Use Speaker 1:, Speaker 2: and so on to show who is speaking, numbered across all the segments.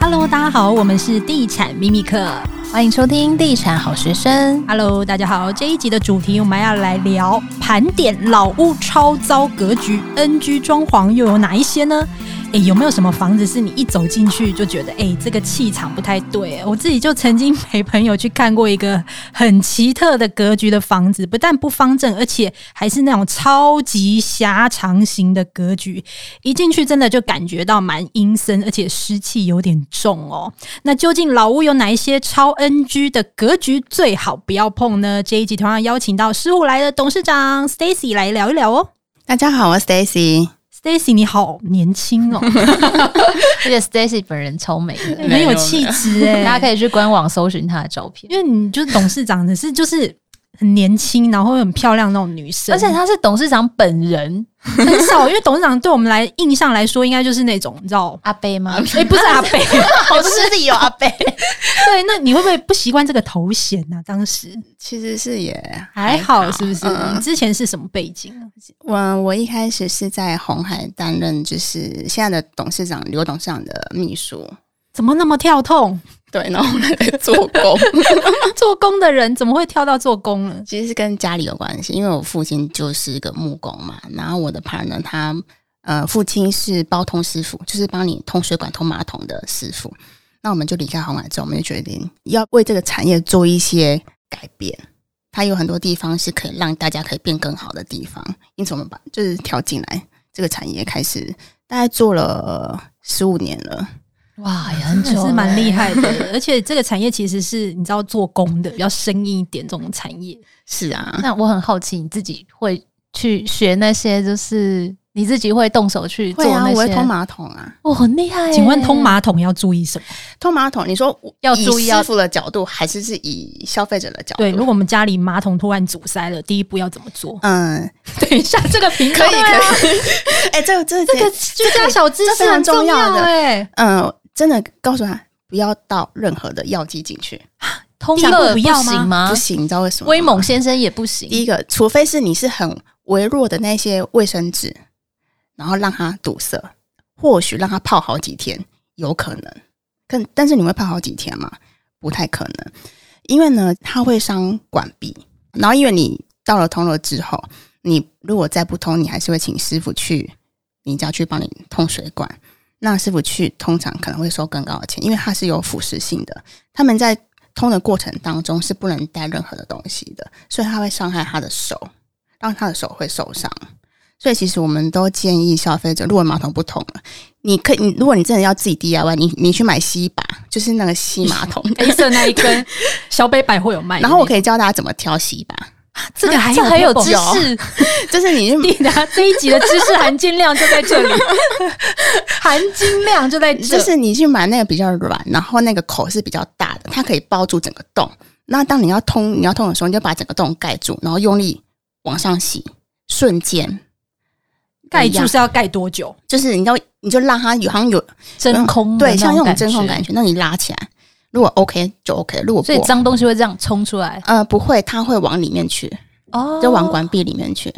Speaker 1: Hello，大家好，我们是地产秘密课。
Speaker 2: 欢迎收听《地产好学生》。
Speaker 1: Hello，大家好，这一集的主题我们要来聊盘点老屋超糟格局，NG 装潢又有哪一些呢？诶，有没有什么房子是你一走进去就觉得，诶，这个气场不太对？我自己就曾经陪朋友去看过一个很奇特的格局的房子，不但不方正，而且还是那种超级狭长型的格局。一进去真的就感觉到蛮阴森，而且湿气有点重哦。那究竟老屋有哪一些超 NG 的格局最好不要碰呢？这一集同样邀请到狮虎来的董事长 Stacy 来聊一聊哦。
Speaker 2: 大家好，我是 Stacy，
Speaker 1: Stacy，你好年轻 哦，
Speaker 3: 而且 Stacy 本人超美的，
Speaker 1: 很有气质哎。
Speaker 3: 大家可以去官网搜寻她的照片。
Speaker 1: 因为你就是董事长，你是就是很年轻，然后很漂亮那种女生，
Speaker 3: 而且她是董事长本人，
Speaker 1: 很少。因为董事长对我们来印象来说，应该就是那种你知 道，
Speaker 3: 阿贝吗？
Speaker 1: 哎、不是阿北，
Speaker 3: 好失礼哦，阿贝。
Speaker 1: 对，那你会不会不习惯这个头衔呢、当时
Speaker 2: 其实是也
Speaker 1: 还好，是不是？
Speaker 2: 嗯
Speaker 1: 你之前是什么背景啊？
Speaker 2: 我我一开始是在红海担任，就是现在的董事长刘董事长的秘书，
Speaker 1: 怎么那么跳痛？
Speaker 2: 对，然后后来在做工，
Speaker 1: 做工的人怎么会跳到做工了？
Speaker 2: 其实是跟家里有关系，因为我父亲就是一个木工嘛，然后我的 partner 他呃父亲是包通师傅，就是帮你通水管、通马桶的师傅。那我们就离开红海之后，我们就决定要为这个产业做一些改变。它有很多地方是可以让大家可以变更好的地方，因此我们把就是跳进来这个产业，开始大概做了十五年了。
Speaker 3: 哇，也很
Speaker 1: 真的
Speaker 3: 久，
Speaker 1: 是蛮厉。害 的，而且这个产业其实是你知道做工的比较生硬一点这种产业。
Speaker 2: 是啊，
Speaker 3: 那我很好奇，你自己会去学那些，就是你自己会动手去做
Speaker 2: 会啊，
Speaker 3: 那
Speaker 2: 我会
Speaker 3: 些？
Speaker 2: 通马桶啊。
Speaker 3: 哇，很厉害耶。
Speaker 1: 请问 通马桶要注意什么？
Speaker 2: 通马桶，你说我
Speaker 3: 要
Speaker 2: 以
Speaker 3: 注意要
Speaker 2: 师傅的角度，还是是以消费者的角度？
Speaker 1: 对，如果我们家里马桶突然阻塞了，第一步要怎么做？
Speaker 2: 嗯，
Speaker 1: 等一下，这个平
Speaker 2: 可以可以，哎、这个这个
Speaker 1: 这个居家小知识
Speaker 2: 这非常
Speaker 1: 很重
Speaker 2: 重要的
Speaker 1: 哎、
Speaker 2: 嗯，真的告诉他不要倒任何的药剂进去，
Speaker 3: 通
Speaker 1: 第一步
Speaker 3: 乐
Speaker 1: 不
Speaker 3: 不
Speaker 1: 要吗
Speaker 3: 行吗
Speaker 2: 不？行，你知道为什么吗？
Speaker 3: 威猛先生也不行。
Speaker 2: 第一个，除非是你是很微弱的那些卫生纸，然后让它堵塞，或许让它泡好几天，有可能。但但是你会泡好几天吗？不太可能，因为呢，它会伤管壁。然后因为你到了通了之后，你如果再不通，你还是会请师傅去你家去帮你通水管。那师傅去通常可能会收更高的钱，因为它是有腐蚀性的。他们在通的过程当中是不能带任何的东西的，所以它会伤害他的手，让他的手会受伤。所以其实我们都建议消费者，如果马桶不通了，你可以，你如果你真的要自己 DIY，你你去买吸把，就是那个吸马桶。
Speaker 1: 黑色那一根，小北百货有卖。
Speaker 2: 然后我
Speaker 1: 以，
Speaker 2: 可以教大家怎么挑吸把，
Speaker 1: 这个还
Speaker 3: 啊这
Speaker 1: 有
Speaker 3: 很有
Speaker 1: people
Speaker 3: 知识，
Speaker 2: 就是你去
Speaker 1: 弟的啊这一集的知识含金量就在这里，含金量就在这。
Speaker 2: 就是你去买那个比较软，然后那个口是比较大的，它可以包住整个洞。那当你要通你要通的时候，你就把整个洞盖住，然后用力往上吸，瞬间
Speaker 1: 盖
Speaker 2: 一样
Speaker 1: 住是要盖多久？
Speaker 2: 就是你要你就让它有好像有
Speaker 3: 真空的
Speaker 2: 对，像
Speaker 3: 嗯那
Speaker 2: 那
Speaker 3: 种
Speaker 2: 种真空感觉，那你拉起来，如果 OK 就 OK，如果不
Speaker 3: 所以脏东西会这样冲出来
Speaker 2: 呃不会，它会往里面去，
Speaker 3: 哦
Speaker 2: 就往管壁里面去，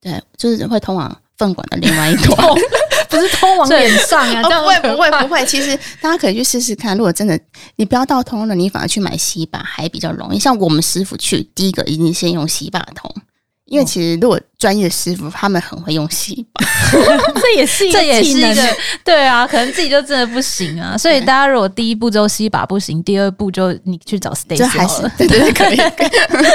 Speaker 2: 对，就是会通往粪管的另外一端。
Speaker 1: 痛 不是通往脸上啊，这
Speaker 2: 哦
Speaker 1: 样
Speaker 2: 不会
Speaker 1: 很可
Speaker 2: 不会
Speaker 1: 怕
Speaker 2: 不会，其实大家可以去试试看。如果真的你不要到通了，你反而去买洗把还比较容易。像我们师傅去，第一个一定先用洗把通，因为
Speaker 1: 哦
Speaker 2: 其实如果专业的师傅他们很会用洗把，
Speaker 1: 这也是一个
Speaker 3: 这也是
Speaker 1: 技
Speaker 3: 一
Speaker 1: 能
Speaker 3: 个对啊，可能自己就真的不行啊。所以大家如果第一步就吸把不行，第二步就你去找 Stacy
Speaker 2: 这还
Speaker 3: 好
Speaker 2: 是
Speaker 3: 了
Speaker 2: 对对对可以。可以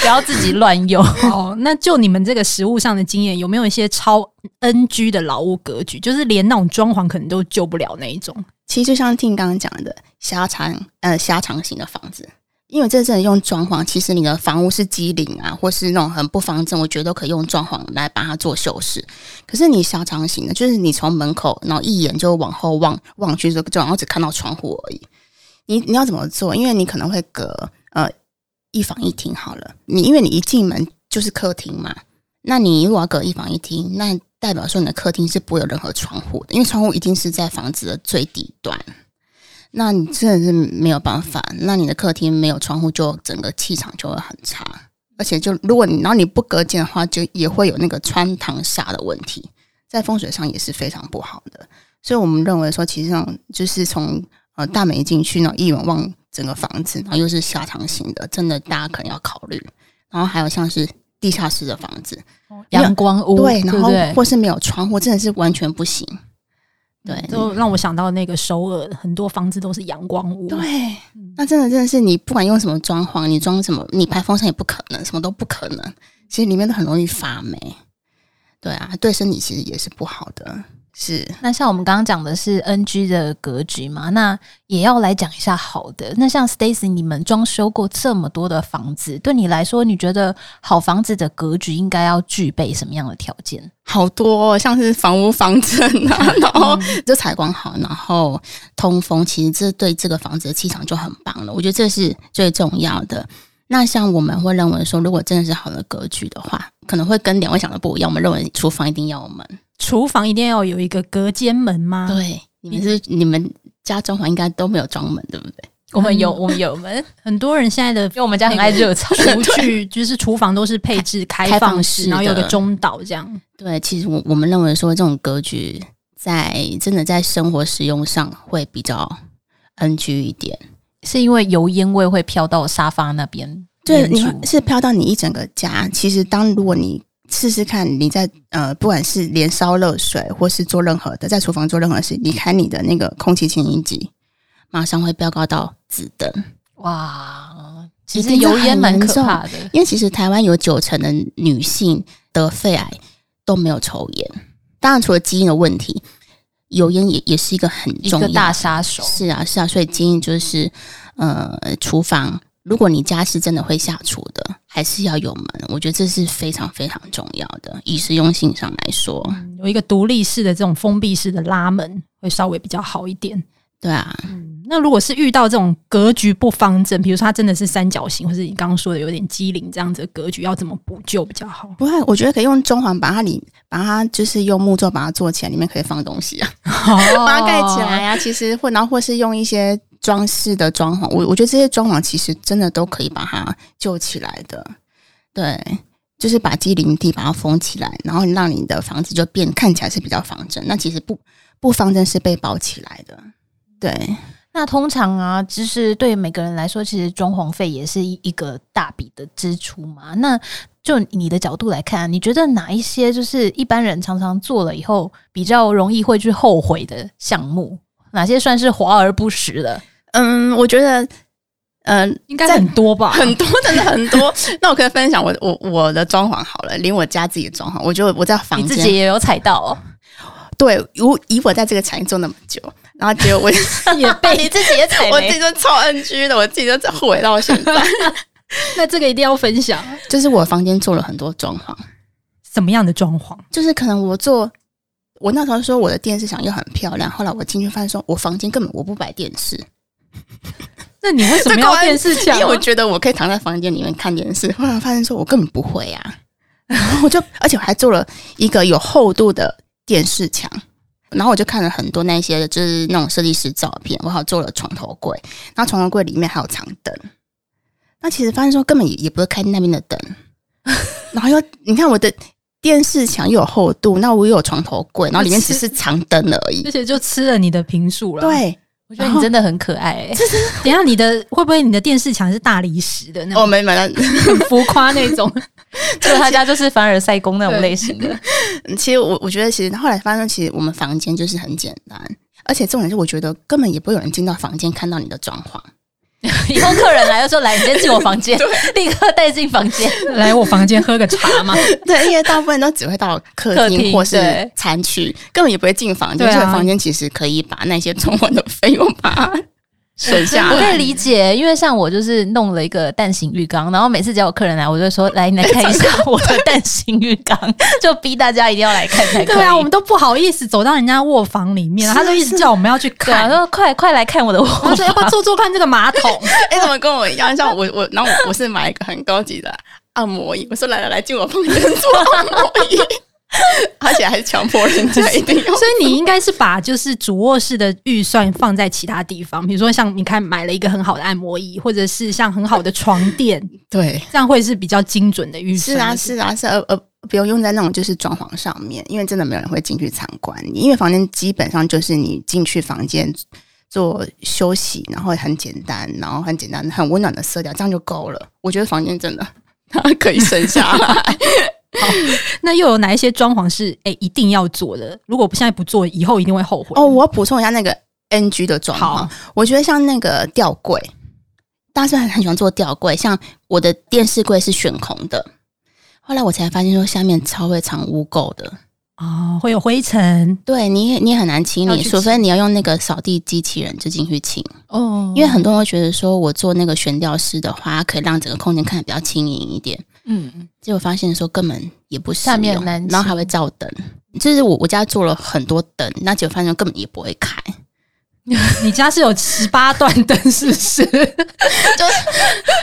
Speaker 3: 不要自己乱 用。
Speaker 1: 哦，那就你们这个食物上的经验，有没有一些超 NG 的老屋格局，就是连那种装潢可能都救不了那一种？
Speaker 2: 其实就像听刚刚讲的，狭长呃狭长型的房子，因为这真的用装潢，其实你的房屋是机灵啊，或是那种很不方正，我觉得都可以用装潢来把它做修饰。可是你狭长型的，就是你从门口，然后一眼就往后望望去，就就然后只看到窗户而已。你你要怎么做？因为你可能会隔呃一房一厅好了，你因为你一进门就是客厅嘛，那你如果要隔一房一厅，那代表说你的客厅是不会有任何窗户的，因为窗户一定是在房子的最底端。那你真的是没有办法，那你的客厅没有窗户，就整个气场就会很差。而且就如果你然后你不隔间的话，就也会有那个穿堂煞的问题，在风水上也是非常不好的。所以我们认为说，其实这种就是从呃大门一进去呢，一眼望整个房子，然后又是狭长型的，真的大家可能要考虑。然后还有像是地下室的房子，
Speaker 3: 阳光屋，
Speaker 2: 对，
Speaker 3: 对
Speaker 2: 然
Speaker 3: 不
Speaker 2: 后
Speaker 3: 对？
Speaker 2: 或是没有窗户，真的是完全不行。对，
Speaker 1: 就让我想到那个首尔很多房子都是阳光屋，
Speaker 2: 对，嗯那真的真的是你不管用什么装潢，你装什么，你排风扇也不可能，什么都不可能。其实里面都很容易发霉，对啊，对身体其实也是不好的。是，
Speaker 3: 那像我们刚刚讲的是 NG 的格局嘛，那也要来讲一下好的。那像 Stacy，你们装修过这么多的房子，对你来说，你觉得好房子的格局应该要具备什么样的条件？
Speaker 2: 好多、哦、像是房屋方正啊， 然后
Speaker 3: 嗯
Speaker 2: 就采光好，然后通风，其实这对这个房子的气场就很棒了。我觉得这是最重要的。那像我们会认为说，如果真的是好的格局的话，可能会跟两位想的不一样。我们认为厨房一定要有门，
Speaker 1: 厨房一定要有一个隔间门吗？
Speaker 2: 对，啊你们是你们家装潢应该都没有装门，对不对？
Speaker 3: 我们有，我们有，我们因
Speaker 1: 很多人现 在的
Speaker 3: 为我们家很爱热 炒，
Speaker 1: 厨具就是厨房都是配置开
Speaker 2: 开
Speaker 1: 放
Speaker 2: 放
Speaker 1: 式，
Speaker 2: 式
Speaker 1: 然后有个
Speaker 2: 的
Speaker 1: 中岛这样。
Speaker 2: 对，其实我我们认为说这种格局在真的在生活使用上会比较 NG 一点。
Speaker 3: 是因为油烟味会飘到沙发那边。
Speaker 2: 对，
Speaker 3: 粘
Speaker 2: 你
Speaker 3: 住
Speaker 2: 会是飘到你一整个家。其实，当如果你试试看，你在呃，不管是连烧热水，或是做任何的，在厨房做任何事，你开你的那个空气清新机，马上会飙高到紫灯。
Speaker 3: 哇，其
Speaker 2: 一
Speaker 3: 实
Speaker 2: 定是
Speaker 3: 油烟
Speaker 2: 很
Speaker 3: 蛮
Speaker 2: 严
Speaker 3: 可
Speaker 2: 重
Speaker 3: 怕的。
Speaker 2: 因为其实台湾有九成的女性得肺癌都没有抽烟，当然除了基因的问题，油烟也也是一个很
Speaker 3: 一
Speaker 2: 重要
Speaker 3: 个
Speaker 2: 的
Speaker 3: 大杀手，
Speaker 2: 是啊，是啊，所以建议就是，呃，厨房如果你家是真的会下厨的，还是要有门，我觉得这是非常非常重要的，以实用性上来说，
Speaker 3: 嗯
Speaker 1: 有一个独立式的这种封闭式的拉门会稍微比较好一点。
Speaker 2: 对啊，
Speaker 1: 那如果是遇到这种格局不方正，比如说它真的是三角形，或是你刚刚说的有点机灵这样子的格局，要怎么补救比较好？
Speaker 2: 不过我觉得可以用装潢把它里，把它就是用木座把它做起来，里面可以放东西啊。 把它盖起来啊。其实或然后或是用一些装饰的装潢，我我觉得这些装潢其实真的都可以把它救起来的。对，就是把机灵地把它封起来，然后让你的房子就变看起来是比较方正。那其实不不方正是被包起来的。对，
Speaker 3: 那通常啊，就是对每个人来说，其实装潢费也是一一个大笔的支出嘛。那就你的角度来看，你觉得哪一些就是一般人常常做了以后比较容易会去后悔的项目？哪些算是华而不实的？
Speaker 2: 嗯，我觉得，嗯。
Speaker 1: 应该很多吧？
Speaker 2: 很多，真的很多。 那我可以分享我我我的装潢好了，连我家自己的装潢，我觉得我在房
Speaker 3: 你自
Speaker 2: 间
Speaker 3: 己也有踩到 哦，
Speaker 2: 对，如以我在这个产业做那么久，然后结果我
Speaker 1: 也被
Speaker 3: 你自己也踩
Speaker 2: 我自己
Speaker 3: 雷。
Speaker 2: 就超 NG 的，我自己就后悔到现在。
Speaker 1: 那这个一定要分享。
Speaker 2: 就是我房间做了很多装潢，
Speaker 1: 什么样的装潢？
Speaker 2: 就是可能我做，我那时候说我的电视墙又很漂亮，后来我进去发现说我房间根本我不摆电视，
Speaker 1: 那你为什么要电视墙、
Speaker 2: 因为我
Speaker 1: 啊？
Speaker 2: 觉得我可以躺在房间里面看电视，后来发现说我根本不会啊， 然后我就而且我还做了一个有厚度的电视墙。然后我就看了很多那些就是那种设计师照片，我还有做了床头柜，然后床头柜里面还有长灯。那其实发现说根本也也不会开那边的 灯，然后又你看我的电视墙又有厚度，那我又有床头柜，然后里面只是长灯而已
Speaker 1: 这。些就吃了你的平数了。，
Speaker 2: 对，
Speaker 3: 我觉得你真的很可爱、欸，
Speaker 1: 等一下你的会不会你的电视墙是大理石的那
Speaker 2: 我
Speaker 1: 种，
Speaker 2: 哦没买到。
Speaker 1: 很浮夸那 种？
Speaker 3: 就是他家就是凡尔赛宫那种类型的。
Speaker 2: 嗯其实我我觉得，其实后来发现，其实我们房间就是很简单，而且重点是，我觉得根本也不会有人进到房间看到你的装潢。
Speaker 3: 以后客人来的时候，来，你先进我房间， 立刻带进房 间。
Speaker 1: 来我房间喝个茶嘛。
Speaker 2: 对，因为大部分都只会到客
Speaker 3: 客厅
Speaker 2: 厅或是
Speaker 3: 对
Speaker 2: 餐区，根本也不会进房间。
Speaker 1: 对啊
Speaker 2: 所以房间其实可以把那些中文的费用把它省下
Speaker 3: 我可以
Speaker 2: 来。
Speaker 3: 理解，欸因为像我就是弄了一个蛋形浴缸，然后每次只要有客人来，我就说来你来看一 下我的蛋形浴缸， 就逼大家一定要来看才可以。
Speaker 1: 对啊，我们都不好意思走到人家卧房里面，他就一直叫我们要去
Speaker 3: 对啊，
Speaker 1: 看。
Speaker 3: 说快快来看我的
Speaker 1: 然后
Speaker 3: 我
Speaker 1: 说要不要坐坐看这个马桶？
Speaker 2: 哎、怎么跟我一样？像我我，然后我我是买一个很高级的按摩椅，我说来来来，进我房间做按摩椅， 而且还是强迫人家一定 要。
Speaker 1: 所以你应该是把就是主卧室的预算放在其他地方，比如说像你看买了一个很好的按摩椅，或者是像很好的床垫，
Speaker 2: 对，
Speaker 1: 这样会是比较精准的预算。
Speaker 2: 是啊，是啊，是啊呃呃，不用用在那种就是装潢上面，因为真的没有人会进去参观你，因为房间基本上就是你进去房间做休息，然后很简单，然后很简单、很温暖的色调，这样就够了。我觉得房间真的 它可以省下来。
Speaker 1: 那又有哪一些装潢是哎、一定要做的？如果不现在不做，以后一定会后悔。
Speaker 2: 哦，我要补充一下那个 NG 的状况
Speaker 1: 好，
Speaker 2: 我觉得像那个吊柜，大家是不是很喜欢做吊柜，像我的电视柜是悬空的。后来我才发现，说下面超会藏污垢的，
Speaker 1: 哦，会有灰尘，
Speaker 2: 对你也你也很难清
Speaker 1: 要
Speaker 2: 理，
Speaker 1: 去
Speaker 2: 除非你要用那个扫地机器人就进去清。
Speaker 3: 哦
Speaker 2: 因为很多人会觉得说，我做那个悬吊式的话，可以让整个空间看得比较轻盈一点。
Speaker 3: 嗯，
Speaker 2: 结果发现说根本也不是，
Speaker 3: 下面很难
Speaker 2: 然后还会照灯。就是我我家做了很多灯，那结果发现根本也不会开，
Speaker 1: 你家是有十八段灯是不是？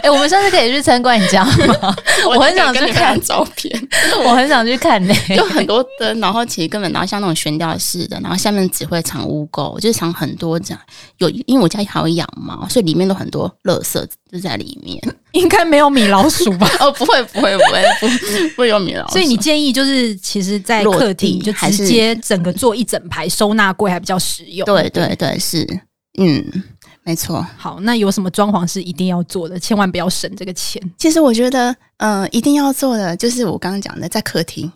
Speaker 3: 哎、我们下次可以去参观你 家吗？我很想
Speaker 2: 跟
Speaker 3: 去
Speaker 2: 你们看
Speaker 3: 看，
Speaker 2: 照片，
Speaker 3: 我很想去看呢、
Speaker 2: 就很多灯，然后其实根本，然后像那种悬吊式的，然后下面只会藏污垢，就是藏很多这样。有因为我家还有养猫，所以里面都很多垃圾就在里面。
Speaker 1: 应该没有米老鼠 吧？
Speaker 2: 哦，不会不会不会不不会有米老鼠，
Speaker 1: 所以你建议就是，其实，在
Speaker 2: 落地
Speaker 1: 客厅就直接整个做一整排收纳柜还比较实用。
Speaker 2: 对对对是嗯没错。
Speaker 1: 好，那有什么装潢是一定要做的？千万不要省这个 钱。
Speaker 2: 其实我觉得，呃，一定要做的就是我刚刚讲的，在客厅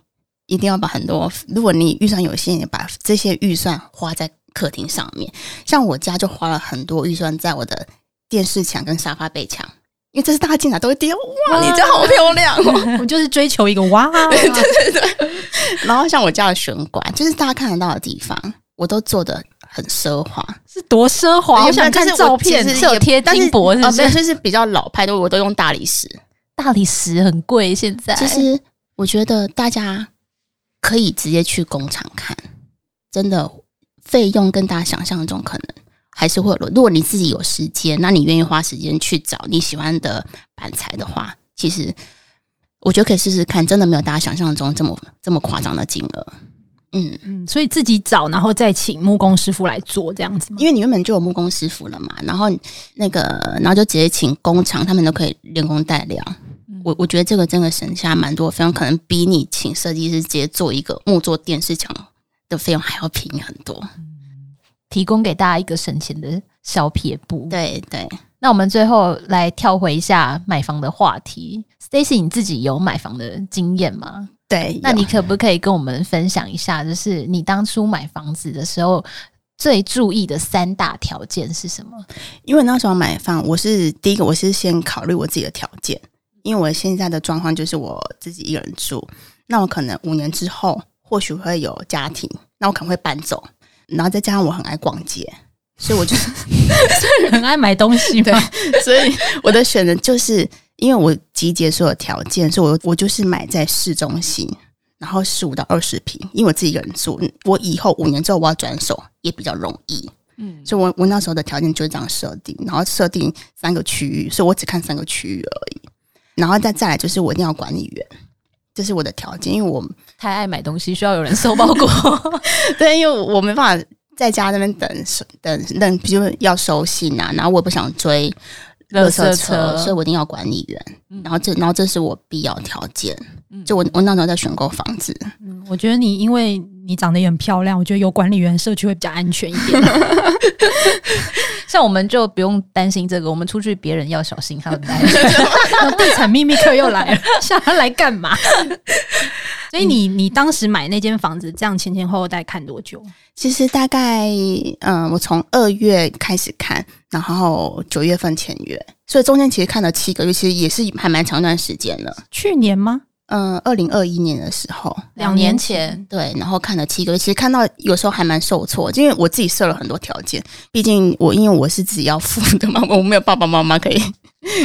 Speaker 2: 一定要把很多，如果你预算有限，你把这些预算花在客厅上面。像我家就花了很多预算在我的电视墙跟沙发背墙，因为这是大家进来都会丢，哇，你家好漂 亮哦。
Speaker 1: 我就是追求一个哇，
Speaker 2: 然后像我家的玄关，就是大家看得到的地方，我都做的很奢华。
Speaker 1: 是多奢华！好
Speaker 2: 我
Speaker 1: 想
Speaker 2: 想
Speaker 1: 看照片。
Speaker 3: 是有贴金箔是不
Speaker 2: 呃
Speaker 3: 是
Speaker 2: 没有就是比较老派的，我都用大理石。
Speaker 3: 大理石很贵，现在
Speaker 2: 其实我觉得大家可以直接去工厂看，真的费用跟大家想象中可能还是会有落。如果你自己有时间，那你愿意花时间去找你喜欢的板材的话，其实我觉得可以试试看，真的没有大家想象中这么这么夸张的金额。嗯，
Speaker 1: 嗯，所以自己找，然后再请木工师傅来做这样子吗？
Speaker 2: 因为你原本就有木工师傅了嘛，然后那个，然后就直接请工厂，他们都可以连工带料。我我觉得这个真的省下蛮多费用，可能比你请设计师直接做一个木做电视墙的费用还要便宜很多。
Speaker 3: 提供给大家一个省钱的小撇步。，
Speaker 2: 对对，
Speaker 3: 那我们最后来跳回一下买房的话题。Stacy，你自己有买房的经验吗？
Speaker 2: 对，
Speaker 3: 那你可不可以跟我们分享一下，就是你当初买房子的时候最注意的三大条件是什么？
Speaker 2: 因为那时候买房，我是第一个，我是先考虑我自己的条件，因为我现在的状况就是我自己一个人住，那我可能五年之后或许会有家庭，那我可能会搬走，然后再加上我很爱逛街，所以我就
Speaker 1: 很爱买东西
Speaker 2: 对
Speaker 1: 嘛。
Speaker 2: 所以我的选择就是因为我集结所有条件，所以我我就是买在市中心，然后十五到二十平，因为我自己一个人住，我以后五年之后我要转手也比较容易。
Speaker 3: 嗯，
Speaker 2: 所以我我那时候的条件就是这样设定，然后设定三个区域，所以我只看三个区域而已。然后再再来就是我一定要管理员，这是我的条件，因为我
Speaker 3: 太爱买东西，需要有人收包 裹。
Speaker 2: 对，因为我没办法在家那边等等等，比如要收信啊，然后我也不想追垃圾
Speaker 3: 垃
Speaker 2: 车，
Speaker 3: 圾车
Speaker 2: 所以我一定要管理员。
Speaker 3: 嗯
Speaker 2: 然后这，然后这是我必要条件
Speaker 3: 嗯。
Speaker 2: 就我我那时候在选购房子，
Speaker 1: 嗯我觉得你因为你长得也很漂亮，我觉得有管理员社区会比较安全一点。
Speaker 3: 像我们就不用担心这个，我们出去别人要小心他们带。
Speaker 1: 然后地产秘密课又来 了，下班来干 嘛？所以你你当时买那间房子，这样前前后后大概看多久？
Speaker 2: 其实大概嗯、呃我从二月开始看，然后九月份签约，所以中间其实看了七个月，其实也是还蛮长一段时间了。
Speaker 1: 去年吗？
Speaker 2: 嗯、二零二一年的时候，
Speaker 3: 两年前，
Speaker 2: 对，然后看了七个月，其实看到有时候还蛮受挫，因为我自己设了很多条件，毕竟我因为我是自己要付的嘛，我没有爸爸妈妈可以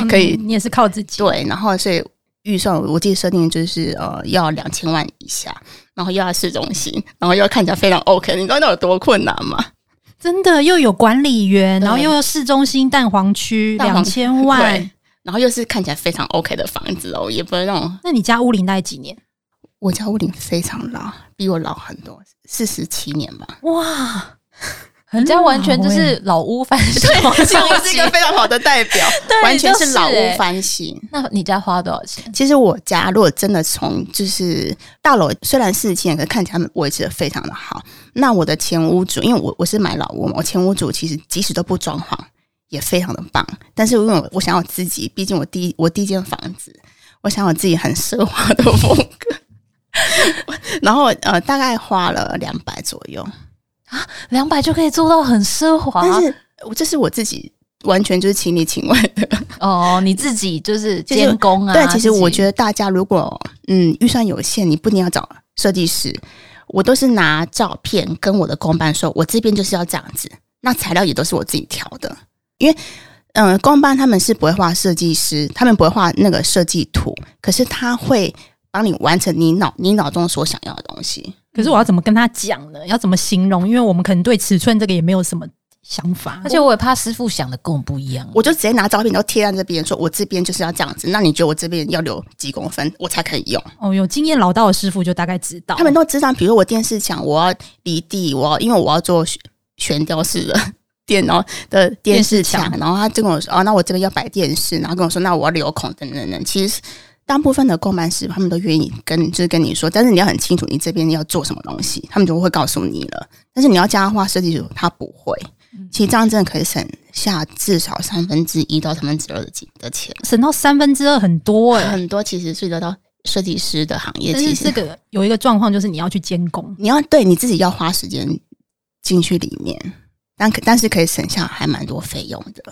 Speaker 1: 嗯
Speaker 2: 可以
Speaker 1: 你也是靠自己。
Speaker 2: 对，然后所以预算我自己设定就是呃要两千万以下，然后又要市中心，然后又要看起来非常 OK，你知道那有多困难吗？
Speaker 1: 真的又有管理员，
Speaker 2: 对
Speaker 1: 然后又有市中心蛋黄区
Speaker 2: 蛋
Speaker 1: 两
Speaker 2: 黄
Speaker 1: 千万
Speaker 2: 对。然后又是看起来非常 OK 的房子哦，也不是那种
Speaker 1: 那你家屋龄大概几年？
Speaker 2: 我家屋龄非常老，比我老很多，四十七年吧。
Speaker 1: 哇，
Speaker 3: 人
Speaker 1: 人
Speaker 3: 家完
Speaker 1: 欸
Speaker 3: 全就是老屋翻新。
Speaker 2: 其实我是一个非常好的代表，完全是欸老屋翻新。
Speaker 3: 那你家花多少钱？
Speaker 2: 其实我家如果真的从就是大楼，虽然四十七年，可是看起来他们维持的非常的好。那我的前屋主，因为我我是买老屋嘛，我前屋主其实即使都不装潢，也非常的棒。但是因为我我想要自己，毕竟我第一我第一间房子，我想要自己很奢华的风格。 然后呃，大概花了两百左右，
Speaker 3: 两百就可以做到很奢华。
Speaker 2: 但是我这是我自己完全就是亲力亲为的。
Speaker 3: 哦，你自己就是
Speaker 2: 其实
Speaker 3: 监工啊？
Speaker 2: 对，其实我觉
Speaker 3: 得
Speaker 2: 得大家如果嗯预算有限，你不一定要找设计师，我都是拿照片跟我的公办说，我这边就是要这样子，那材料也都是我自己调的，因为。嗯，公办他们是不会画设计师，他们不会画那个设计图，可是他会帮你完成你脑你脑中所想要的东西。
Speaker 1: 可是我要怎么跟他讲呢？要怎么形容？因为我们可能对尺寸这个也没有什么想法，哦
Speaker 3: 而且我也怕师傅想的跟我不一样。
Speaker 2: 我就直接拿照片，然后贴在这边，说我这边就是要这样子。那你觉得我这边要留几公分，我才可以用？
Speaker 1: 哦，有经验老道的师傅就大概知道，
Speaker 2: 他们都知道，比如我电视墙，我要离地，我要因为我要做悬悬吊式的电脑的电视墙
Speaker 1: 电视，墙
Speaker 2: 然后他就跟我说，哦，那我这边要摆电视，然后跟我说，那我要留孔等等等等。其实大部分的购买师他们都愿意跟，就是跟你说，但是你要很清楚你这边要做什么东西，他们就会告诉你了。但是你要加他画设计图，他不会。其实这样真的可以省下至少三分之一到三分之二的几的钱，
Speaker 1: 省到三分之二很多哎、
Speaker 3: 啊
Speaker 2: 很多其实是得到设计师的行业，
Speaker 1: 但
Speaker 2: 其
Speaker 1: 是
Speaker 2: 实
Speaker 1: 这个有一个状况就是你要去监工，
Speaker 2: 你要对你自己要花时间进去里面，但可但是可以省下还蛮多费用的。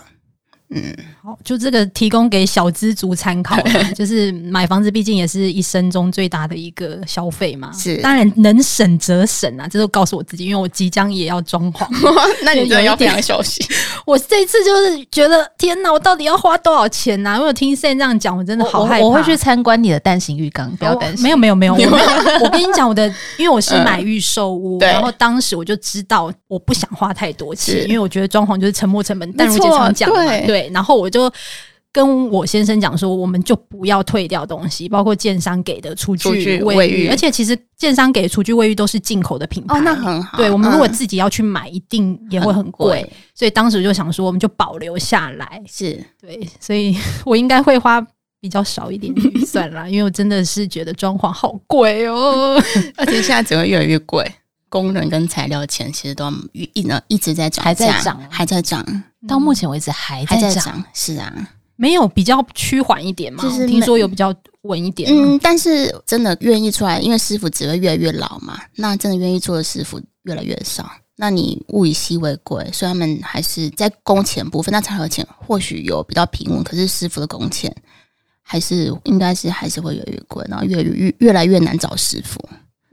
Speaker 2: 嗯，
Speaker 1: 好，就这个提供给小资族参考啦， 就是买房子毕竟也是一生中最大的一个消费嘛，
Speaker 2: 是
Speaker 1: 当然能省则省啊，这就告诉我自己，因为我即将也要装潢，
Speaker 2: 那
Speaker 1: 你真的要非常
Speaker 2: 小心。
Speaker 1: 我这一次就是觉得天哪，我到底要花多少钱呐、啊？因为我听 Sam 这样讲，我真的
Speaker 3: 我
Speaker 1: 好害怕。哦
Speaker 3: 我我会去参观你的蛋形浴缸，不要担心。
Speaker 1: 没有没有没有，我没有。我跟你讲，我的因为我是买预售屋，
Speaker 2: 对
Speaker 1: 然后当时我就知道我不想花太多钱
Speaker 2: 是，
Speaker 1: 因为我觉得装潢就是沉没成本，但如姐
Speaker 2: 错
Speaker 1: 常讲嘛，
Speaker 2: 对
Speaker 1: 对。然后我就跟我先生讲说，我们就不要退掉东西，包括建商给的厨
Speaker 2: 厨具
Speaker 1: 具、
Speaker 2: 卫
Speaker 1: 卫
Speaker 2: 浴
Speaker 1: 浴，而且其实建商给的厨具、卫浴都是进口的品牌，
Speaker 2: 哦，那很好。
Speaker 1: 对我们如果
Speaker 2: 嗯
Speaker 1: 自己要去买，一定也会很贵，所以当时就想说，我们就保留下来，
Speaker 2: 是
Speaker 1: 对，所以 我应该会花比较少一点的预算啦，因为我真的是觉得装潢好贵哦。
Speaker 2: 而且现在只会越来越贵，工人跟材料钱其实都一一呢一直在涨价，
Speaker 3: 还在涨
Speaker 2: 还在涨，
Speaker 3: 到目前为止还
Speaker 2: 还
Speaker 3: 在
Speaker 2: 在
Speaker 3: 涨。
Speaker 2: 涨。是啊，
Speaker 1: 没有比较趋缓一点嘛？
Speaker 2: 就是
Speaker 1: 我听说有比较稳一点嘛。
Speaker 2: 嗯，但是真的愿意出来，因为师傅只会越来越老嘛，那真的愿意做的师傅越来越少。那你物以稀为贵，所以他们还是在工钱部分，那材料钱或许有比较平稳，可是师傅的工钱还是应该是还是会越来越贵，然后越来越越来越难找师傅。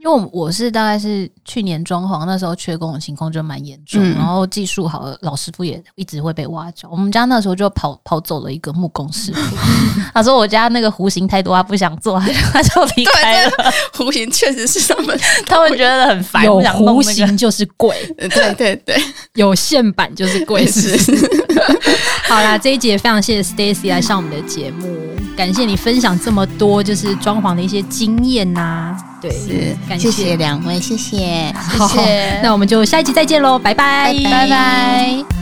Speaker 3: 因为我是大概是去年装潢那时候缺工的情况就蛮严重，
Speaker 2: 嗯
Speaker 3: 然后技术好的老师傅也一直会被挖角。我们家那时候就跑跑走了一个木工师傅，他说我家那个弧形太多，他不想做，他就 他就离开了。
Speaker 2: 弧形确实是他们，
Speaker 3: 他们觉得很烦，
Speaker 1: 有
Speaker 3: 不想弄那
Speaker 1: 弧
Speaker 3: 个
Speaker 1: 形就是贵，
Speaker 2: 对对 对，
Speaker 1: 有线板就是贵。是不是 好啦，这一集也非常谢谢 Stacy 来上我们的节目，感谢你分享这么多就是装潢的一些经验呐、对，感
Speaker 2: 谢谢两位，谢谢。
Speaker 1: 好，
Speaker 3: 谢谢
Speaker 1: 那我们就下一集再见喽，拜拜，
Speaker 2: 拜拜
Speaker 3: 拜拜。